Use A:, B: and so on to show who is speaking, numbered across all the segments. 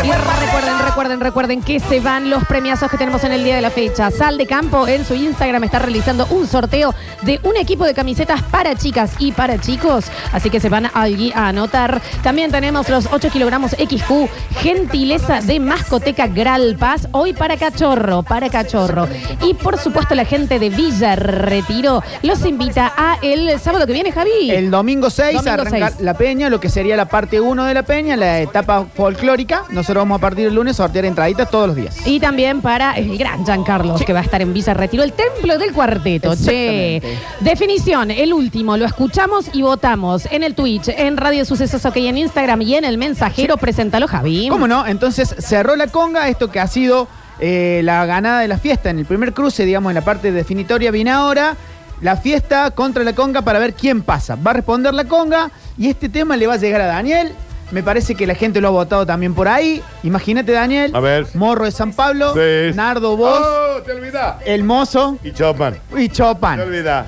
A: Recuerden, recuerden, recuerden que se van los premiazos que tenemos en el día de la fecha. Sal de Campo en su Instagram está realizando un sorteo de un equipo de camisetas para chicas y para chicos. Así que se van allí a anotar. También tenemos los 8 kilogramos XQ, gentileza de Mascoteca Gralpas, hoy para cachorro, para cachorro. Y por supuesto la gente de Villa Retiro los invita a el sábado que viene, Javi.
B: El domingo 6
A: Domingo
B: arranca
A: 6.
B: la peña, lo que sería la parte 1 de la peña, la etapa folclórica. Nosotros vamos a partir el lunes a sortear entraditas todos los días.
A: Y también para el gran Giancarlo, que va a estar en Villa Retiro, el templo del cuarteto. Che.
B: Exactamente.
A: Definición, el último, lo escuchamos y votamos en el Twitch, en Radio Sucesos OK, en Instagram y en el mensajero. Preséntalo, Javi.
B: ¿Cómo no? Entonces cerró la conga, esto que ha sido eh, la ganada de la fiesta. En el primer cruce, digamos, en la parte definitoria, viene ahora la fiesta contra la conga para ver quién pasa. Va a responder la conga y este tema le va a llegar a Daniel. Me parece que la gente lo ha votado también por ahí. Imagínate, Daniel.
C: A ver.
B: Morro de San Pablo.
C: Sí.
B: Nardo Vos.
C: Oh, te olvidás.
B: El Mozo.
C: Y Chopin.
B: Y
C: Te
B: Chopin.
C: olvidás.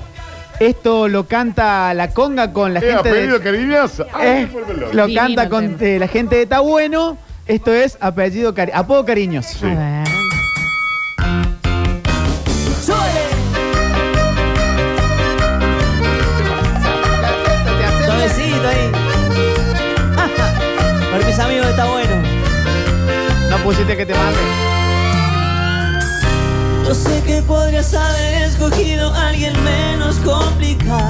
B: Esto lo canta la conga con la
C: Eh,
B: gente de...
C: apellido cariñoso. Ah,
B: Eh,
C: me vuelve loco.
B: lo
A: Divino
B: canta con
A: tema.
B: eh, la gente de Tabueno. Esto es apellido cari apodo cariñoso.
C: Sí.
A: A ver.
D: Suavecito ahí. Para mis amigos está bueno.
B: No pusiste que te mate.
D: Yo sé que podrías haber escogido a alguien menos complicado.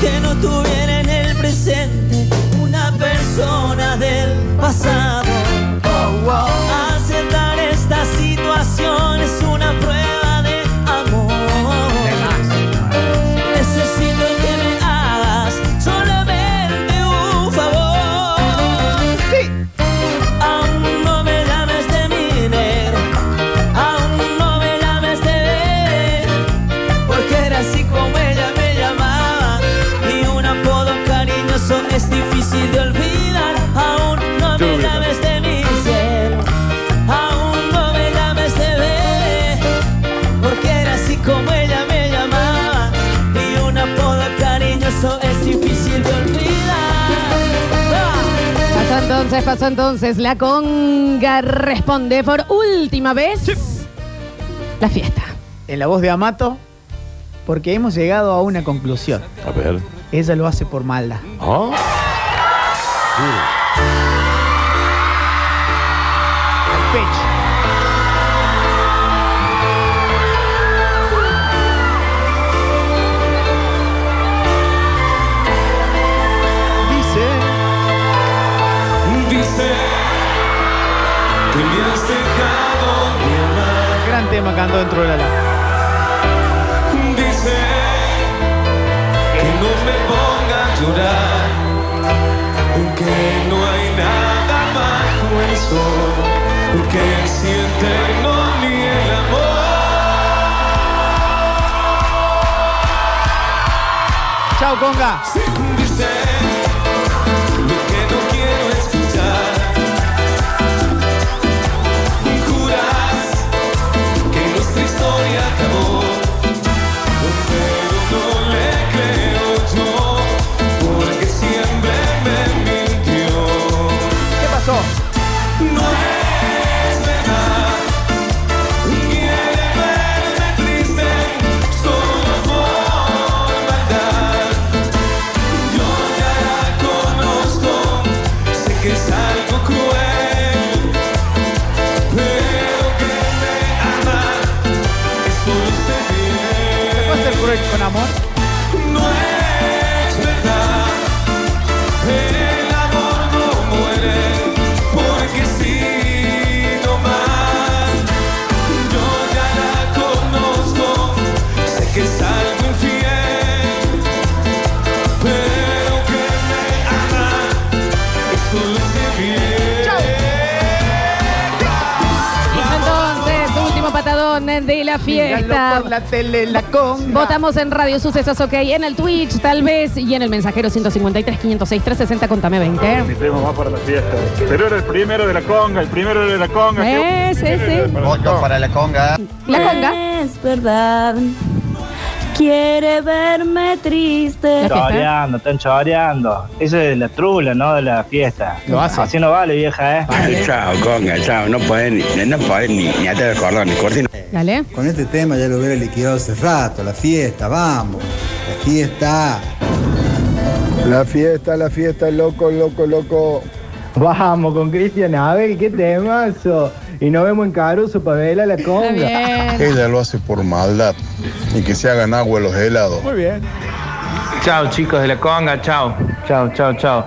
D: Que no tuviera en el presente una persona del pasado. Aceptar esta situación es una prueba de amor. Necesito que me hagas solamente un favor. Aún no me llames de minero, aún no me llames de ver, porque era así como ella me llamaba. Y un apodo cariñoso es difícil de olvidar. Aún no
C: Yo lo
D: me
C: hubiera
D: llames de mi ser, aún no me llames de ver, porque era así como ella me llamaba. Y un apodo cariñoso es difícil de olvidar. ¡Ah!
A: Pasó entonces, pasó entonces. La conga responde por última vez la fiesta.
B: En la voz de Amato, porque hemos llegado a una conclusión.
C: A ver.
B: Ella lo hace por maldad.
C: ¿Ah?
B: Pecho. Dice.
E: Dice que me has dejado mi amar.
B: Gran tema cantó dentro de la la.
E: Dice que no me ponga a llorar. Que no hay nada bajo el sol. Que si eterno ni el amor.
B: Chao, conga.
E: Dice lo que no quiero escuchar. Juras que nuestra historia acabó, pero no le creo yo, porque siempre me mintió.
B: ¿Qué pasó?
E: No es verdad, quiere verme triste, solo por maldad. Yo ya la conozco, sé que es algo cruel, pero que me ama, eso lo sé
B: ¿Se puede
E: bien.
B: ser cruel con amor?
E: No es verdad, el amor no muere, porque si no más, yo ya la conozco, sé que es algo infiel, pero que me ama, eso lo sé bien.
A: Listo entonces, último patadón de la
B: Míralo
A: fiesta.
B: por la tele, la conga.
A: Votamos en Radio Sucesos OK, en el Twitch tal vez y en el mensajero 153 506 360 contame 20.
F: tema va para la fiesta. Pero era el primero de la conga, el primero era de la conga.
A: Eh, sí, sí.
F: Para la conga.
A: La conga.
G: Es verdad Quiere verme triste.
A: fiesta?
H: Choreando, están choreando. Eso es la trula, ¿no? De la fiesta.
B: Lo hace.
H: Así no vale, vieja,
I: Ah,
H: ¿eh?
J: Chao, conga, chao. No pueden ni, no pueden ni, ni atar el cordón, ni cortina.
A: Dale.
I: Con este tema ya lo hubiera liquidado hace rato, la fiesta, vamos. La fiesta.
K: La fiesta, la fiesta, loco, loco, loco.
I: Vamos con Cristian Abel, qué temazo. Y nos vemos en Caruso para ver la
A: Está
I: conga.
A: bien.
K: Ella lo hace por maldad y que se hagan agua los helados.
B: Muy bien.
L: Chao chicos de la conga, chao, chao, chao, chao.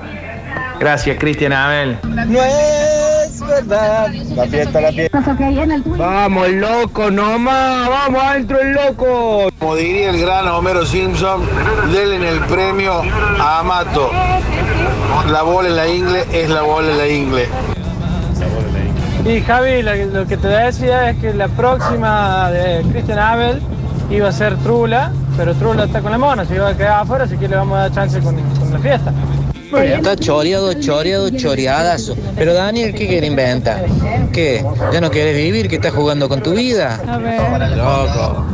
L: Gracias Cristian Abel.
I: No es verdad. La fiesta, la fiesta.
L: Vamos el loco nomás, vamos adentro el loco.
K: Como diría el gran Homero Simpson, denle el premio a Amato. La bola en la ingle es la bola en la ingle.
L: Y Javi, lo, lo que te decía es que la próxima de Cristian Abel iba a ser Trula, pero Trula está con la mona, se iba a quedar afuera, así que le vamos a dar chance con, con la fiesta.
D: Está choreado, choreado, choreadazo. Pero Daniel, ¿qué quiere inventar? ¿Qué? ¿Ya no quieres vivir? ¿Que estás jugando con tu vida?
A: A ver.
J: Loco,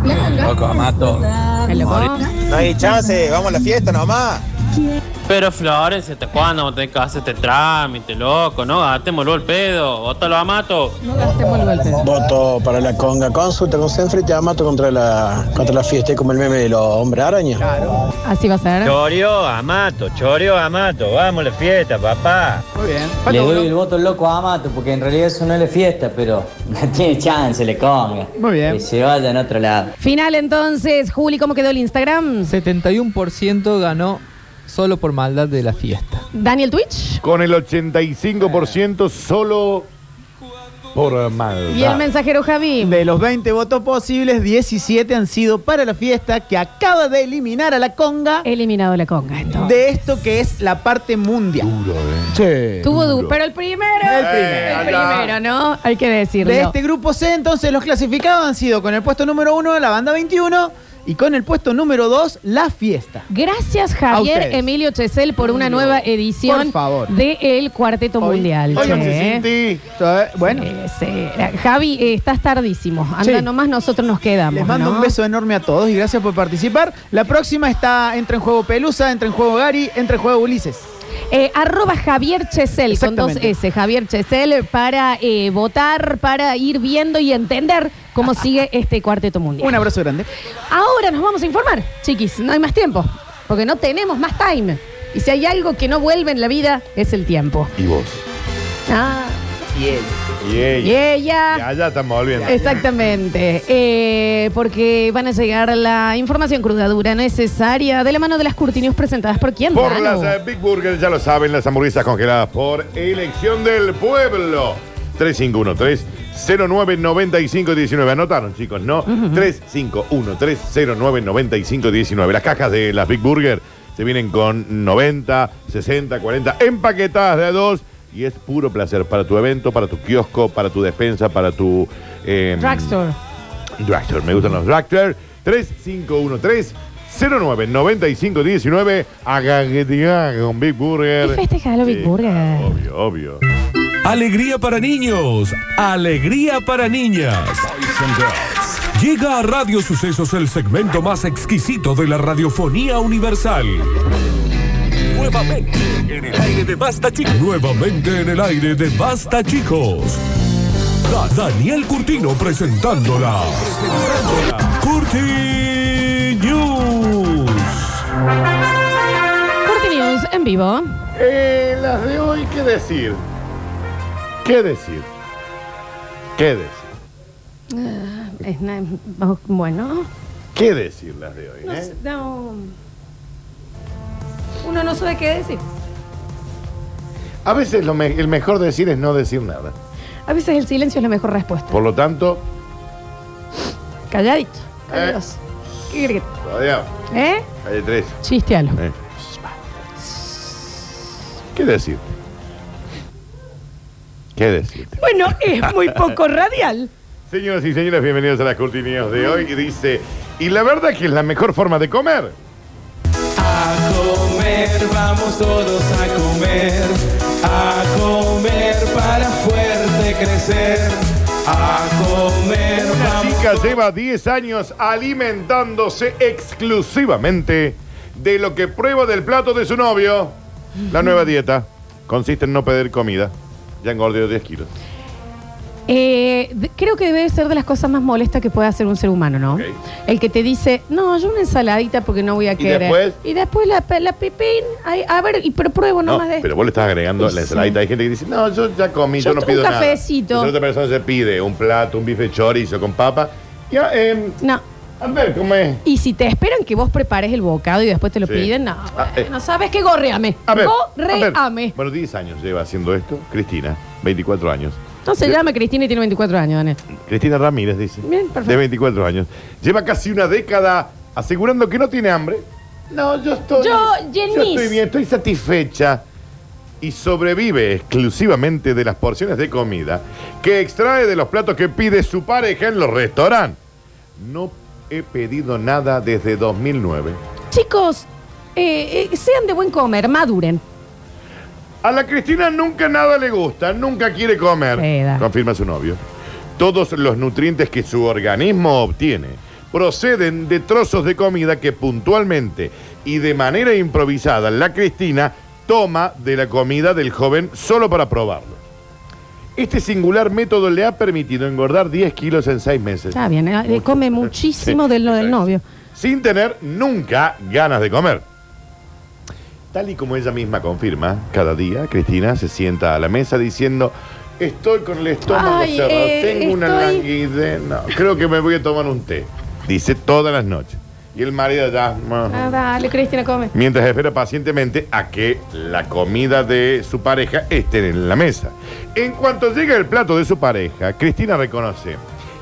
J: loco, mato.
A: El loco.
I: No hay chance, vamos a la fiesta nomás.
L: Pero Flores, ¿hasta cuándo vamos a tener que hacer este trámite, loco? No, gastémoslo el pedo, bótalo a mato.
A: No gastemos el golpe.
I: Voto para la conga. Consulta con Senfrey Amato contra la, Ah, contra la fiesta y como el meme de los hombres araña.
A: Así va a ser.
H: Chorio, amato, chorio, amato. Vamos a la fiesta, papá.
B: Muy bien.
D: Le
B: Falta
D: doy
B: uno.
D: el voto loco a Amato porque en realidad eso no es la fiesta, pero no tiene chance, le conga.
B: Muy bien.
D: Que se vaya en otro lado.
A: Final entonces, Juli, ¿cómo quedó el Instagram?
I: 71% ganó solo por maldad de la fiesta.
A: Daniel Twitch.
C: Con el 85% solo por mal.
A: Y el mensajero Javi.
B: De los 20 votos posibles, 17 han sido para la fiesta que acaba de eliminar a la conga
A: Eliminado la conga, entonces.
B: de esto que es la parte mundial.
C: ¿eh?
A: Tuvo du- Pero el primero. El
C: primero.
A: primero, ¿no? Hay que decirlo.
B: De este grupo C, entonces los clasificados han sido con el puesto número 1 la banda 21 y con el puesto número 2 la fiesta.
A: Gracias,
B: A
A: Javier
B: ustedes.
A: Emilio Chesel, por una nueva edición
B: Por favor.
A: de El Cuarteto
B: Hoy-
A: Mundial.
C: Oigan,
A: che.
C: se sentí.
B: Entonces, Bueno,
A: Eh, sí. Javi, eh, estás tardísimo. Anda
B: Sí.
A: nomás, nosotros nos quedamos.
B: les mando
A: ¿no?
B: un beso enorme a todos y gracias por participar. La próxima está, entra en juego Pelusa, entra en juego Gary, entra en juego Ulises.
A: Eh, arroba Javier Chesel con dos
B: Exactamente.
A: S, Javier Chesel, para eh, votar, para ir viendo y entender cómo sigue este cuarteto mundial.
B: Un abrazo grande.
A: Ahora nos vamos a informar, chiquis, no hay más tiempo, porque no tenemos más time. Y si hay algo que no vuelve en la vida, es el tiempo.
C: Y vos.
A: Ah,
C: Y ella.
A: y ella.
C: Y allá estamos volviendo.
A: Exactamente, Eh, porque van a llegar la información crudadura necesaria de la mano de las Curtinius presentadas por quién,
C: Por
A: Danu?
C: las eh, Big Burger, ya lo saben, las hamburguesas congeladas por elección del pueblo. 3513-099519. Anotaron, chicos, ¿no? 3513-099519. Las cajas de las Big Burger se vienen con 90, 60, 40 empaquetadas de a dos. Y es puro placer para tu evento, para tu kiosco, para tu despensa, para tu. eh,
A: Drugstore.
C: Dragster, me gustan los Dragster. 3513-099519. Hagan que te hagan Big Burger.
A: Y festejalo, Big Burger.
C: Obvio, obvio.
E: Alegría para niños, alegría para niñas. Llega a Radio Sucesos el segmento más exquisito de la radiofonía universal. Nuevamente en el aire de Basta Chicos. Nuevamente en el aire de Basta Chicos. Da- Daniel Curtino presentándola. Curti News.
A: Curti News en vivo.
C: Eh, las de hoy, ¿qué decir? ¿Qué decir? ¿Qué decir?
A: Es na- oh, Bueno,
C: ¿Qué decir las de hoy?
A: no
C: eh?
A: sé, no. uno no sabe qué decir.
C: A veces lo me- el mejor decir es no decir nada.
A: A veces el silencio es la mejor respuesta.
C: Por lo tanto,
A: Calladito.
C: Eh.
A: Adiós. ¿Qué querés que-
C: todavía,
A: ¿Eh?
C: calle 3.
A: Chistealo.
C: Eh. ¿Qué decir? ¿Qué decir?
A: Bueno, es muy poco radial.
C: Señoras y señores, bienvenidos a las cortinillas de hoy. Y dice, y la verdad que es la mejor forma de comer.
E: A comer, vamos todos a comer, a comer para fuerte crecer,
C: A comer. Una chica lleva 10 años alimentándose exclusivamente de lo que prueba del plato de su novio. La nueva dieta consiste en no pedir comida. Ya engordó 10 kilos.
A: Eh, de- creo que debe ser de las cosas más molestas que puede hacer un ser humano, ¿no? El que te dice, no, yo una ensaladita porque no voy a querer.
C: después?
A: Y después la, pe- la pepín. Ay, a ver, y, pero pruebo
C: No,
A: nomás de
C: pero vos le estás agregando la ensaladita. Hay gente que dice, no, yo ya comí, yo,
A: Yo
C: no
A: un
C: pido nada.
A: cafecito.
C: Entonces otra persona se pide un plato, un bife chorizo con papa. Ya, eh,
A: No.
C: A ver, ¿cómo es?
A: Y si te esperan que vos prepares el bocado y después te lo
C: Sí.
A: piden, no.
C: Ah, eh.
A: No sabes que gorreame.
C: A ver, a
A: Gorreame.
C: ver. Bueno, 10 años lleva haciendo esto. Cristina, 24 años.
A: No se llama Cristina y tiene 24 años, Daniel.
C: Cristina Ramírez dice.
A: Bien, perfecto.
C: De 24 años. Lleva casi una década asegurando que no tiene hambre. No, yo estoy.
A: Yo,
C: Yo estoy bien,
A: Jenny.
C: estoy satisfecha. Y sobrevive exclusivamente de las porciones de comida que extrae de los platos que pide su pareja en los restaurantes. No he pedido nada desde 2009.
A: Chicos, eh, eh, sean de buen comer, maduren.
C: A la Cristina nunca nada le gusta, nunca quiere comer, confirma su novio. Todos los nutrientes que su organismo obtiene proceden de trozos de comida que puntualmente y de manera improvisada la Cristina toma de la comida del joven solo para probarlo. Este singular método le ha permitido engordar 10 kilos en 6 meses.
A: Está bien, eh,
C: Mucho.
A: come muchísimo de lo del novio.
C: sin tener nunca ganas de comer. Tal y como ella misma confirma, cada día Cristina se sienta a la mesa diciendo, estoy con el estómago
M: Ay,
C: cerrado,
M: eh,
C: tengo una
M: estoy-
C: languidez, no, creo que me voy a tomar un té. Dice todas las noches. Y el marido ya... "Ujú".
A: Ah, dale, Cristina, come.
C: Mientras espera pacientemente a que la comida de su pareja esté en la mesa. En cuanto llega el plato de su pareja, Cristina reconoce,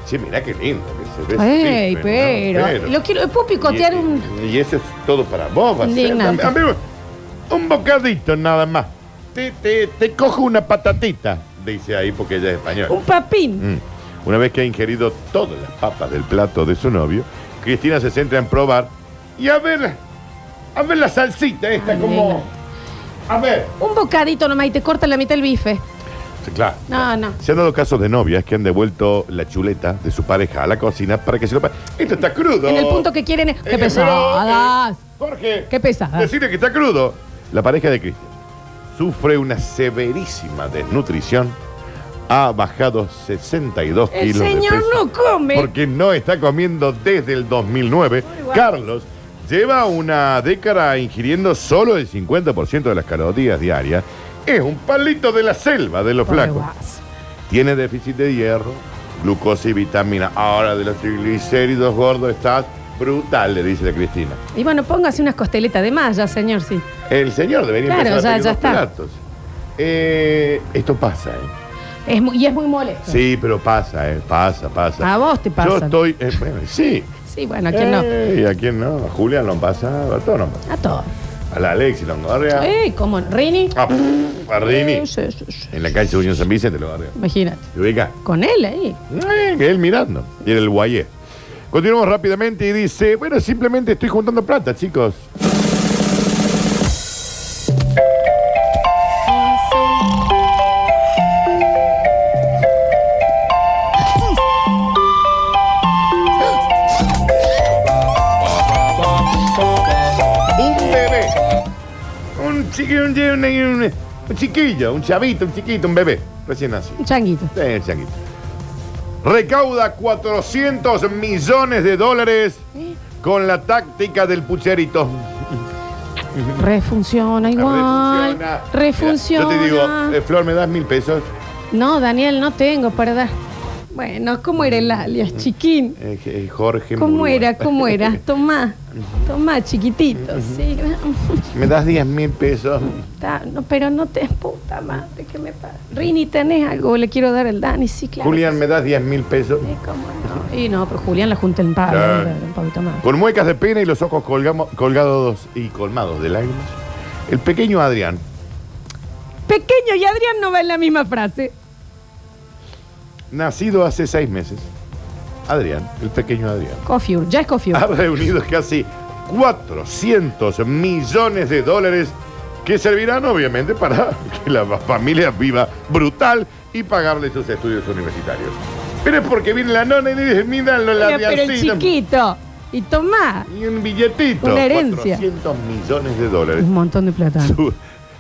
C: che, mirá qué lindo que se ve. ese
A: Ey,
C: bife,
A: pero,
C: ¿no?
A: Lo quiero, ¿puedo picotear
C: Y-
A: un...?
C: Y eso es todo para vos, va a ser.
A: Indignante.
C: Dame- dame un bocadito nada más. Te, te, te cojo una patatita, dice ahí porque ella es española.
A: Un papín.
C: Mm. Una vez que ha ingerido todas las papas del plato de su novio, Cristina se centra en probar. Y a ver, a ver la salsita esta, como. A ver.
A: Un bocadito nomás y te corta la mitad el bife.
C: Sí, Claro.
A: No, no.
C: Se han dado casos de novias que han devuelto la chuleta de su pareja a la cocina para que se lo pa- Esto está crudo.
A: En el punto que quieren es... ¡Qué
C: Eh,
A: pesadas!
C: Jorge.
A: ¡Qué pesadas!
C: Decirle que está crudo. La pareja de Cristian sufre una severísima desnutrición. Ha bajado 62
A: El
C: kilos. de
A: señor
C: peso
A: no come.
C: Porque no está comiendo desde el 2009. Carlos lleva una década ingiriendo solo el 50% de las calorías diarias. Es un palito de la selva de los flacos. Tiene déficit de hierro, glucosa y vitamina. Ahora de los triglicéridos gordos estás brutal, le dice la Cristina.
A: Y bueno, póngase unas costeletas de más ya, señor, sí.
C: El señor debería
A: Claro,
C: empezar
A: ya-
C: a pedir
A: ya
C: los
A: está.
C: platos. Eh, esto pasa, ¿eh?
A: Es muy- y es muy molesto.
C: Sí, pero pasa, ¿eh? Pasa, pasa.
A: A vos te
C: Yo
A: pasa.
C: estoy... eh, bueno, sí.
A: Sí, bueno, ¿a quién no?
C: Ey, ¿A quién no? A Julián lo han pasado, a todos nos han pasado.
A: A todos.
C: A la Alexi lo han gorreado.
A: Ey, ¿cómo? ¿Rini?
C: A, a Rini.
A: Eh, sí, sí, sí.
C: En la calle de Unión San Vicente lo gorreó.
A: Imagínate.
C: ¿Te ubica?
A: Con él ahí.
C: Eh, que él mirando. Y era el guayé. Continuamos rápidamente y dice, bueno, simplemente estoy juntando plata, chicos. Un bebé. Un chiquillo, un, un- un chiquillo, un chavito, un chiquito, un bebé. Recién nacido.
A: Un changuito.
C: Sí, el changuito. Recauda 400 millones de dólares
A: ¿Eh?
C: con la táctica del pucherito.
A: Refunciona igual.
C: Refunciona.
A: Refunciona.
C: Yo te digo, eh, Flor, ¿me das mil pesos?
A: No, Daniel, no tengo para dar. Bueno, ¿cómo era el alias, chiquín?
C: Eh, eh, Jorge.
A: ¿Cómo
C: Murúa.
A: era? ¿Cómo era? Tomá, tomá, chiquitito. Sí,
C: ¿Me das 10 mil pesos?
A: Ta- no, pero no te puta madre, ¿qué me pasa? Rini, ¿tenés algo? Le quiero dar al Dani, sí, claro.
C: Julián, ¿me das 10 mil pesos?
A: Y no, pero Julián la junta en paz,
C: Claro.
A: un poquito más.
C: Con muecas de pena y los ojos colgamo- colgados y colmados de lágrimas, el pequeño Adrián
A: Pequeño y Adrián no va en la misma frase.
C: Nacido hace seis meses, Adrián, el pequeño Adrián,
A: Cofiur, ya es Cofiur.
C: ha reunido casi 400 millones de dólares que servirán obviamente para que la familia viva brutal y pagarle sus estudios universitarios. Pero es porque viene la nona y le dice, mira lo la
A: Mira, pero el
C: diarcina".
A: chiquito. Y tomá.
C: Y un billetito.
A: Una herencia.
C: 400 millones de dólares.
A: Un montón de plata.
C: Su-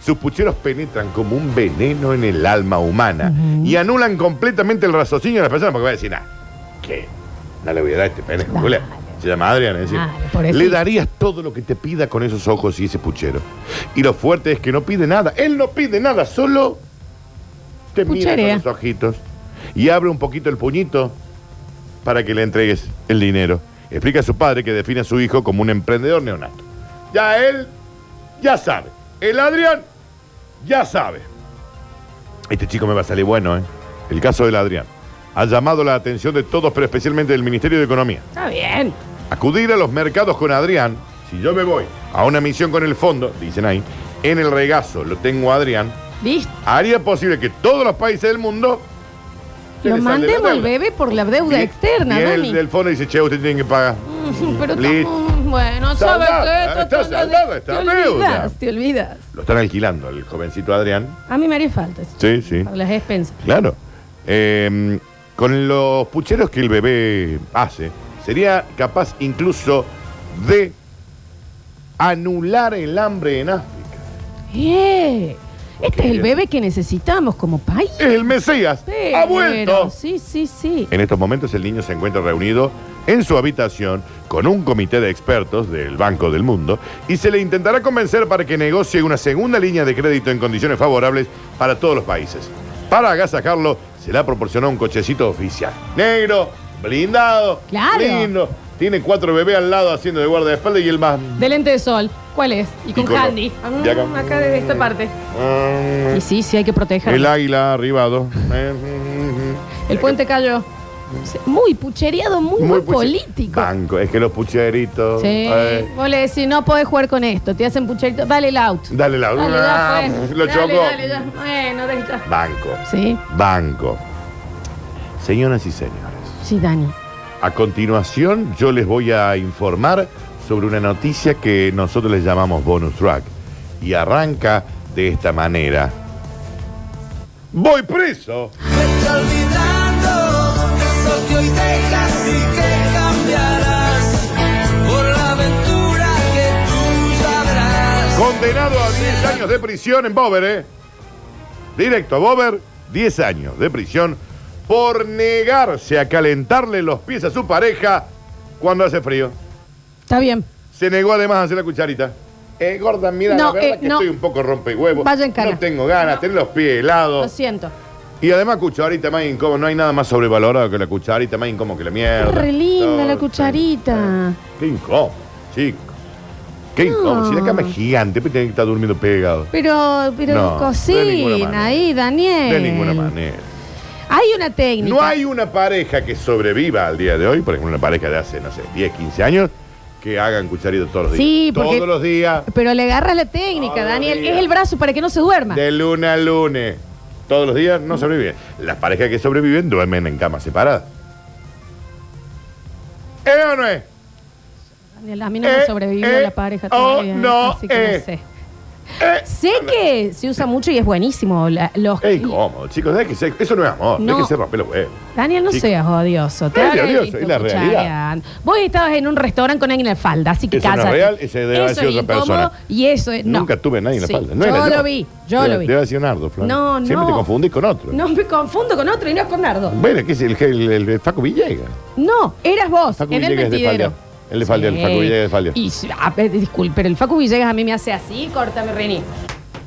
C: sus pucheros penetran como un veneno en el alma humana y anulan completamente el raciocinio de las personas porque va a decir, ah, ¿qué? No le voy a dar a este pendejo. ¿cómo le- Se llama Adrián, es decir,
A: Dale, pobrecito.
C: le darías todo lo que te pida con esos ojos y ese puchero. Y lo fuerte es que no pide nada. Él no pide nada, solo te mira
A: Pucherea.
C: con los ojitos y abre un poquito el puñito para que le entregues el dinero. Explica a su padre que define a su hijo como un emprendedor neonato. Ya él, ya sabe. El Adrián, ya sabe. Este chico me va a salir bueno, ¿eh? El caso del Adrián. Ha llamado la atención de todos, pero especialmente del Ministerio de Economía.
A: Está bien.
C: Acudir a los mercados con Adrián, si yo me voy a una misión con el fondo, dicen ahí, en el regazo lo tengo a Adrián,
A: ¿Viste?
C: haría posible que todos los países del mundo se
A: Lo
C: les salde la
A: mandemos al
C: deuda.
A: bebé por la deuda
C: Y-
A: externa,
C: y
A: Dani.
C: el del fondo dice, che, usted tiene que pagar.
A: Mm, Pero está-
C: Listo.
A: mm, bueno, ¿sabes
C: Saldado,
A: qué?
C: está
A: Total,
C: saldado esta
A: te
C: deuda.
A: olvidas, te olvidas.
C: Lo están alquilando, el jovencito Adrián.
A: A mí me haría falta eso,
C: Sí, sí.
A: para las expensas.
C: Claro. Eh, con los pucheros que el bebé hace, sería capaz incluso de anular el hambre en África.
A: ¡Eh! Este es el bebé que necesitamos como país.
C: Es el Mesías.
A: Sí,
C: ha vuelto.
A: pero- Sí, sí, sí.
C: En estos momentos el niño se encuentra reunido en su habitación con un comité de expertos del Banco del Mundo y se le intentará convencer para que negocie una segunda línea de crédito en condiciones favorables para todos los países. Para agasajarlo se le ha proporcionado un cochecito oficial. Negro, blindado,
A: Claro.
C: lindo. Tiene cuatro bebés al lado haciendo de guardaespaldas y el más...
A: Del lente de sol. ¿Cuál es? Y con
C: con lo-
A: Candy.
C: y acá.
A: acá desde esta parte.
C: Mm,
A: Y sí, sí, hay que proteger.
C: el
A: El,
C: águila arribado. Eh,
A: puente cayó. Sí, Muy puchereado, muy, muy
C: muy puche-
A: político.
C: Banco, es que los pucheritos...
A: Sí.
C: eh,
A: Vos le decís, no podés jugar con esto, te hacen pucherito. Dale el out.
C: Dale la...
A: Dale, ya fue.
C: Lo
A: Dale,
C: chocó.
A: dale, ya. Bueno, dale, ya.
C: Banco.
A: Sí,
C: Banco. Señoras y señores,
A: sí, Dani.
C: a continuación yo les voy a informar sobre una noticia que nosotros les llamamos bonus track y arranca de esta manera. Voy preso.
D: Vete olvidando eso que hoy dejas y que cambiarás por la aventura que tú sabrás.
C: Condenado a 10 años de prisión en Bover, ¿eh? Directo a Bover, 10 años de prisión por negarse a calentarle los pies a su pareja cuando hace frío.
A: Está bien.
C: Se negó además a hacer la cucharita. Eh, gorda, mira,
A: No,
C: la verdad
A: eh,
C: que
A: no.
C: estoy un poco rompehuevos.
A: Vaya en cara.
C: No tengo ganas, tener los pies
A: Lo
C: helados.
A: siento.
C: Y además, cucharita más incómoda. No hay nada más sobrevalorado que la cucharita más incómoda que la mierda.
A: Re linda
C: No,
A: la cucharita.
C: Qué incómodo, chico. Qué incómodo. Si la cama es gigante, pues tiene que estar durmiendo pegado.
A: Pero, pero
C: No, de ninguna
A: cocina
C: manera.
A: ahí, Daniel.
C: De ninguna manera.
A: Hay una técnica.
C: No hay una pareja que sobreviva al día de hoy, por ejemplo, una pareja de hace, no sé, 10, 15 años, que hagan cucharita todos los días.
A: Sí, porque-
C: Todos los días.
A: Pero le agarras la técnica,
C: Todos
A: Daniel.
C: los días.
A: Es el brazo para que no se duerma.
C: De luna a lunes. Todos los días no sobreviven. Las parejas que sobreviven duermen en camas separadas. ¿Eh o no es?
A: Daniel, a mí no
C: Eh,
A: me sobrevivió
C: eh,
A: la pareja
C: oh,
A: todavía.
C: no,
A: así que
C: eh.
A: no sé. Sé que se usa mucho y es buenísimo. la- los,
C: Es incómodo, chicos. hay que ser- eso no es amor.
A: No.
C: Hay que se rompe los huevos.
A: Daniel, no
C: Sí.
A: seas odioso. Te
C: No es
A: habré
C: odioso,
A: visto
C: es la realidad.
A: cuchareando. Vos estabas en un restaurante con alguien en la falda, así que
C: Eso no es
A: cállate.
C: real, ese debe haber
A: Eso
C: sido
A: es
C: otra
A: incómodo
C: persona.
A: Y eso es. Eh, no.
C: Nunca tuve a nadie en la
A: Sí,
C: espalda. No
A: yo
C: era
A: lo vi, yo
C: Te-
A: lo vi.
C: Te va a decir Nardo, Flor.
A: No, no.
C: Siempre te confundís con otro.
A: No me confundo con otro y no es con Nardo.
C: Bueno, que es el, el, el- el Facu Villegas.
A: No, eras vos,
C: Facu
A: en el
C: Villegas es de
A: vestidero.
C: Falda. El de Falda, el Facu
A: Sí.
C: Villegas de Falda.
A: Y a ver, disculpe, pero el Facu Villegas a mí me hace así, córtame, Reni.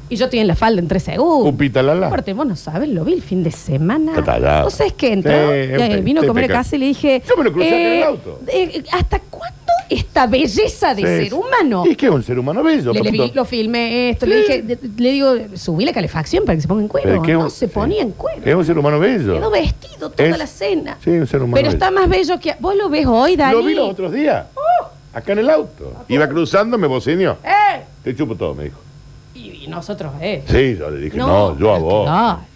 A: Y yo estoy en la falda en tres segundos.
C: Upita Lala.
A: Corte, vos no sabes, lo vi el fin de semana.
C: Está tallado.
A: ¿Vos sabés que entró?
C: Sí,
A: y ahí
C: es un
A: vino a
C: pe-
A: comer a
C: peca.
A: casa y le dije.
C: Yo me lo crucé en el
A: eh,
C: auto.
A: eh, ¿Hasta cuándo esta belleza de
C: Sí,
A: ser
C: sí.
A: humano?
C: Y es que es un ser humano bello.
A: Le, le
C: punto.
A: vi- lo filmé esto, le dije, de- le digo, subí la calefacción para que se ponga en
C: Pero
A: cuero.
C: es que es
A: no
C: un-
A: se
C: sí.
A: ponía en cuero.
C: Es un ser humano bello.
A: Quedó vestido toda
C: Es-
A: la cena.
C: Sí, un ser humano
A: Pero
C: bello.
A: está más bello que. ¿Vos lo ves hoy, Dani? Uh,
C: Lo vi los otros días. Acá en el auto.
A: Ah,
C: Iba
A: pues.
C: cruzando, me voceñó.
A: ¡Eh!
C: Te chupo todo, me dijo.
A: Y, y nosotros, ¿eh?
C: Sí, yo le dije,
A: No,
C: no, yo a
A: pero
C: vos.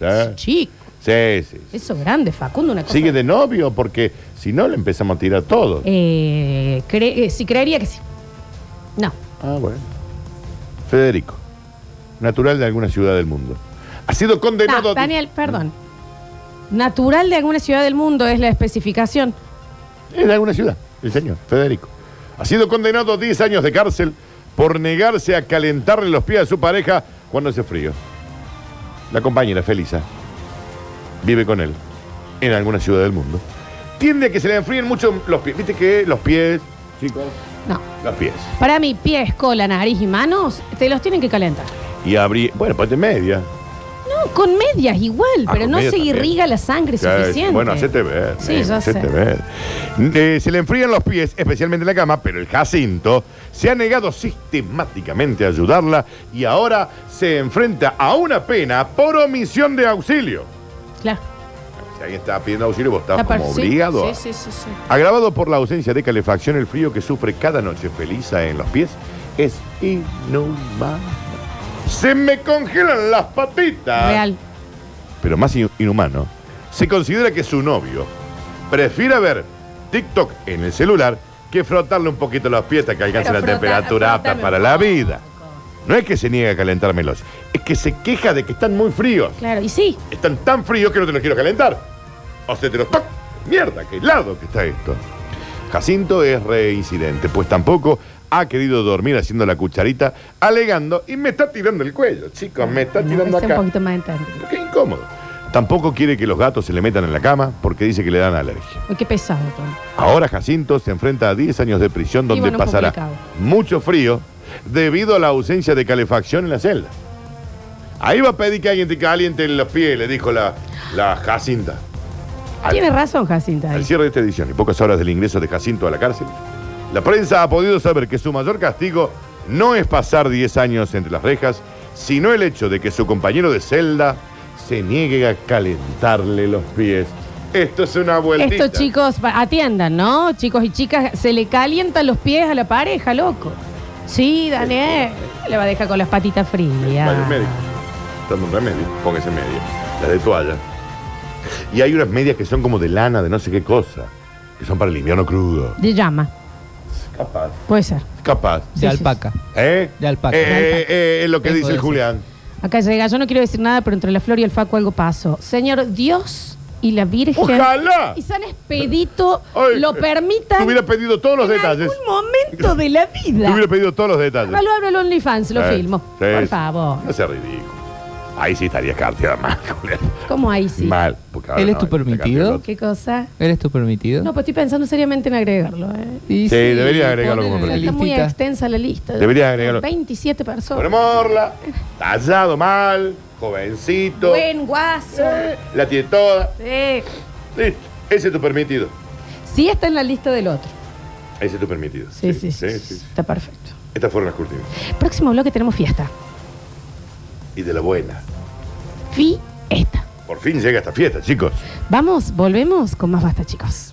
A: claro,
C: ¿Eh?
A: Chico,
C: Sí, sí.
A: eso grande, Facundo, una cosa.
C: Sigue de novio porque si no le empezamos a tirar todo.
A: Eh, cre- eh, sí, creería que sí. No.
C: Ah, bueno. Federico, natural de alguna ciudad del mundo. Ha sido
A: Ah,
C: condenado.
A: Daniel, perdón. Natural de alguna ciudad del mundo es la especificación.
C: Es de alguna ciudad, el señor Federico. Ha sido condenado a 10 años de cárcel por negarse a calentarle los pies a su pareja cuando hace frío. La compañera Felisa vive con él en alguna ciudad del mundo. Tiende a que se le enfríen mucho los pies. ¿Viste que los pies, chicos?
A: No.
C: Los pies.
A: Para mí, pies, cola, nariz y manos, te los tienen que calentar.
C: Y abrí, bueno, parte media.
A: No, con medias igual,
C: Ah,
A: pero
C: con
A: no se
C: media también.
A: irriga la sangre
C: Ya,
A: suficiente.
C: Bueno, hacete ver.
A: Sí,
C: nene,
A: ya
C: hacete
A: sé.
C: ver. Eh, se le enfrían los pies, especialmente en la cama, pero el Jacinto se ha negado sistemáticamente a ayudarla y ahora se enfrenta a una pena por omisión de auxilio.
A: Claro.
C: Si alguien está pidiendo auxilio, vos estás
A: Está par-
C: como
A: sí,
C: obligado. a-
A: Sí, sí, sí, sí.
C: Agravado por la ausencia de calefacción, el frío que sufre cada noche Felisa en los pies es inhumano. Se me congelan las patitas.
A: Real.
C: Pero más in- inhumano, se considera que su novio prefiere ver TikTok en el celular que frotarle un poquito los pies hasta que alcance
A: Pero
C: la
A: frota-
C: temperatura apta
A: frotame
C: para
A: un
C: la vida. No es que se niegue a calentármelos, es que se queja de que están muy fríos.
A: Claro, y sí.
C: Están tan fríos que no te los quiero calentar. O sea, te los... ¡Pac! Mierda, qué helado que está esto. Jacinto es reincidente, pues tampoco ha querido dormir haciendo la cucharita, alegando, y me está tirando el cuello, chicos, me está tirando
A: Es un
C: acá.
A: poquito más entendible.
C: Qué incómodo. Tampoco quiere que los gatos se le metan en la cama porque dice que le dan alergia.
A: Uy, qué pesado. Tom.
C: Ahora Jacinto se enfrenta a 10 años de prisión donde
A: bueno, un
C: pasará
A: complicado.
C: mucho frío debido a la ausencia de calefacción en la celda. Ahí va a pedir que alguien te caliente los pies, le dijo la, la Jacinta. Al-
A: Tiene razón, Jacinta. ahí.
C: al cierre de esta edición y pocas horas del ingreso de Jacinto a la cárcel, la prensa ha podido saber que su mayor castigo no es pasar 10 años entre las rejas, sino el hecho de que su compañero de celda se niegue a calentarle los pies. Esto es una vueltita.
A: Estos chicos, va- atiendan, ¿no? Chicos y chicas, se le calientan los pies a la pareja, loco. Sí, Daniel. Le va a dejar con las patitas
C: Vaya
A: frías.
C: al médico. Dame un remedio, póngase medio. Las de toalla. Y hay unas medias que son como de lana, de no sé qué cosa, que son para el invierno crudo.
A: De llama,
C: Capaz.
A: puede ser.
C: Capaz.
A: Sí, sí,
M: De alpaca.
C: ¿Eh?
M: De alpaca.
C: Eh, eh, eh, es lo que
M: Vengo
C: dice
M: de
C: el
M: eso.
C: Julián.
A: Acá llega, yo no quiero decir nada, pero entre la flor y el faco algo pasó. Señor Dios y la Virgen.
C: Ojalá.
A: Y San Expedito
C: Ay,
A: lo
C: eh,
A: permitan.
C: Te hubiera pedido todos los detalles.
A: Un momento de la vida.
C: Te hubiera pedido todos los detalles.
A: Ábralo, ábralo OnlyFans, Ah, lo
C: Eh,
A: filmo.
C: sí,
A: Por
C: sí.
A: favor.
C: No sea ridículo. Ahí sí estaría carteada mal, Julián.
A: ¿Cómo ahí sí?
C: Mal. Porque ahora
M: ¿Él es
C: no,
M: tu
C: está
M: permitido?
A: ¿Qué cosa?
M: ¿Eres tu permitido?
A: No, pues estoy pensando seriamente en agregarlo. ¿eh?
M: Y
C: Sí, debería agregarlo
M: ponen
C: como
M: en la
A: Está muy
M: listita.
A: extensa la lista.
C: Debería agregarlo.
A: 27 personas.
C: Por morla, tallado mal, jovencito.
A: Buen guaso.
C: La tiene toda.
A: Sí.
C: Listo. Ese es tu permitido.
A: Sí está en la lista del otro.
C: Ese es tu permitido.
A: Sí, sí, sí.
C: sí.
A: Está perfecto.
C: Estas fueron las últimas.
A: Próximo bloque tenemos fiesta.
C: Y de la buena.
A: Fi.
C: Por fin llega esta fiesta, chicos.
A: Vamos, volvemos con más basta, chicos.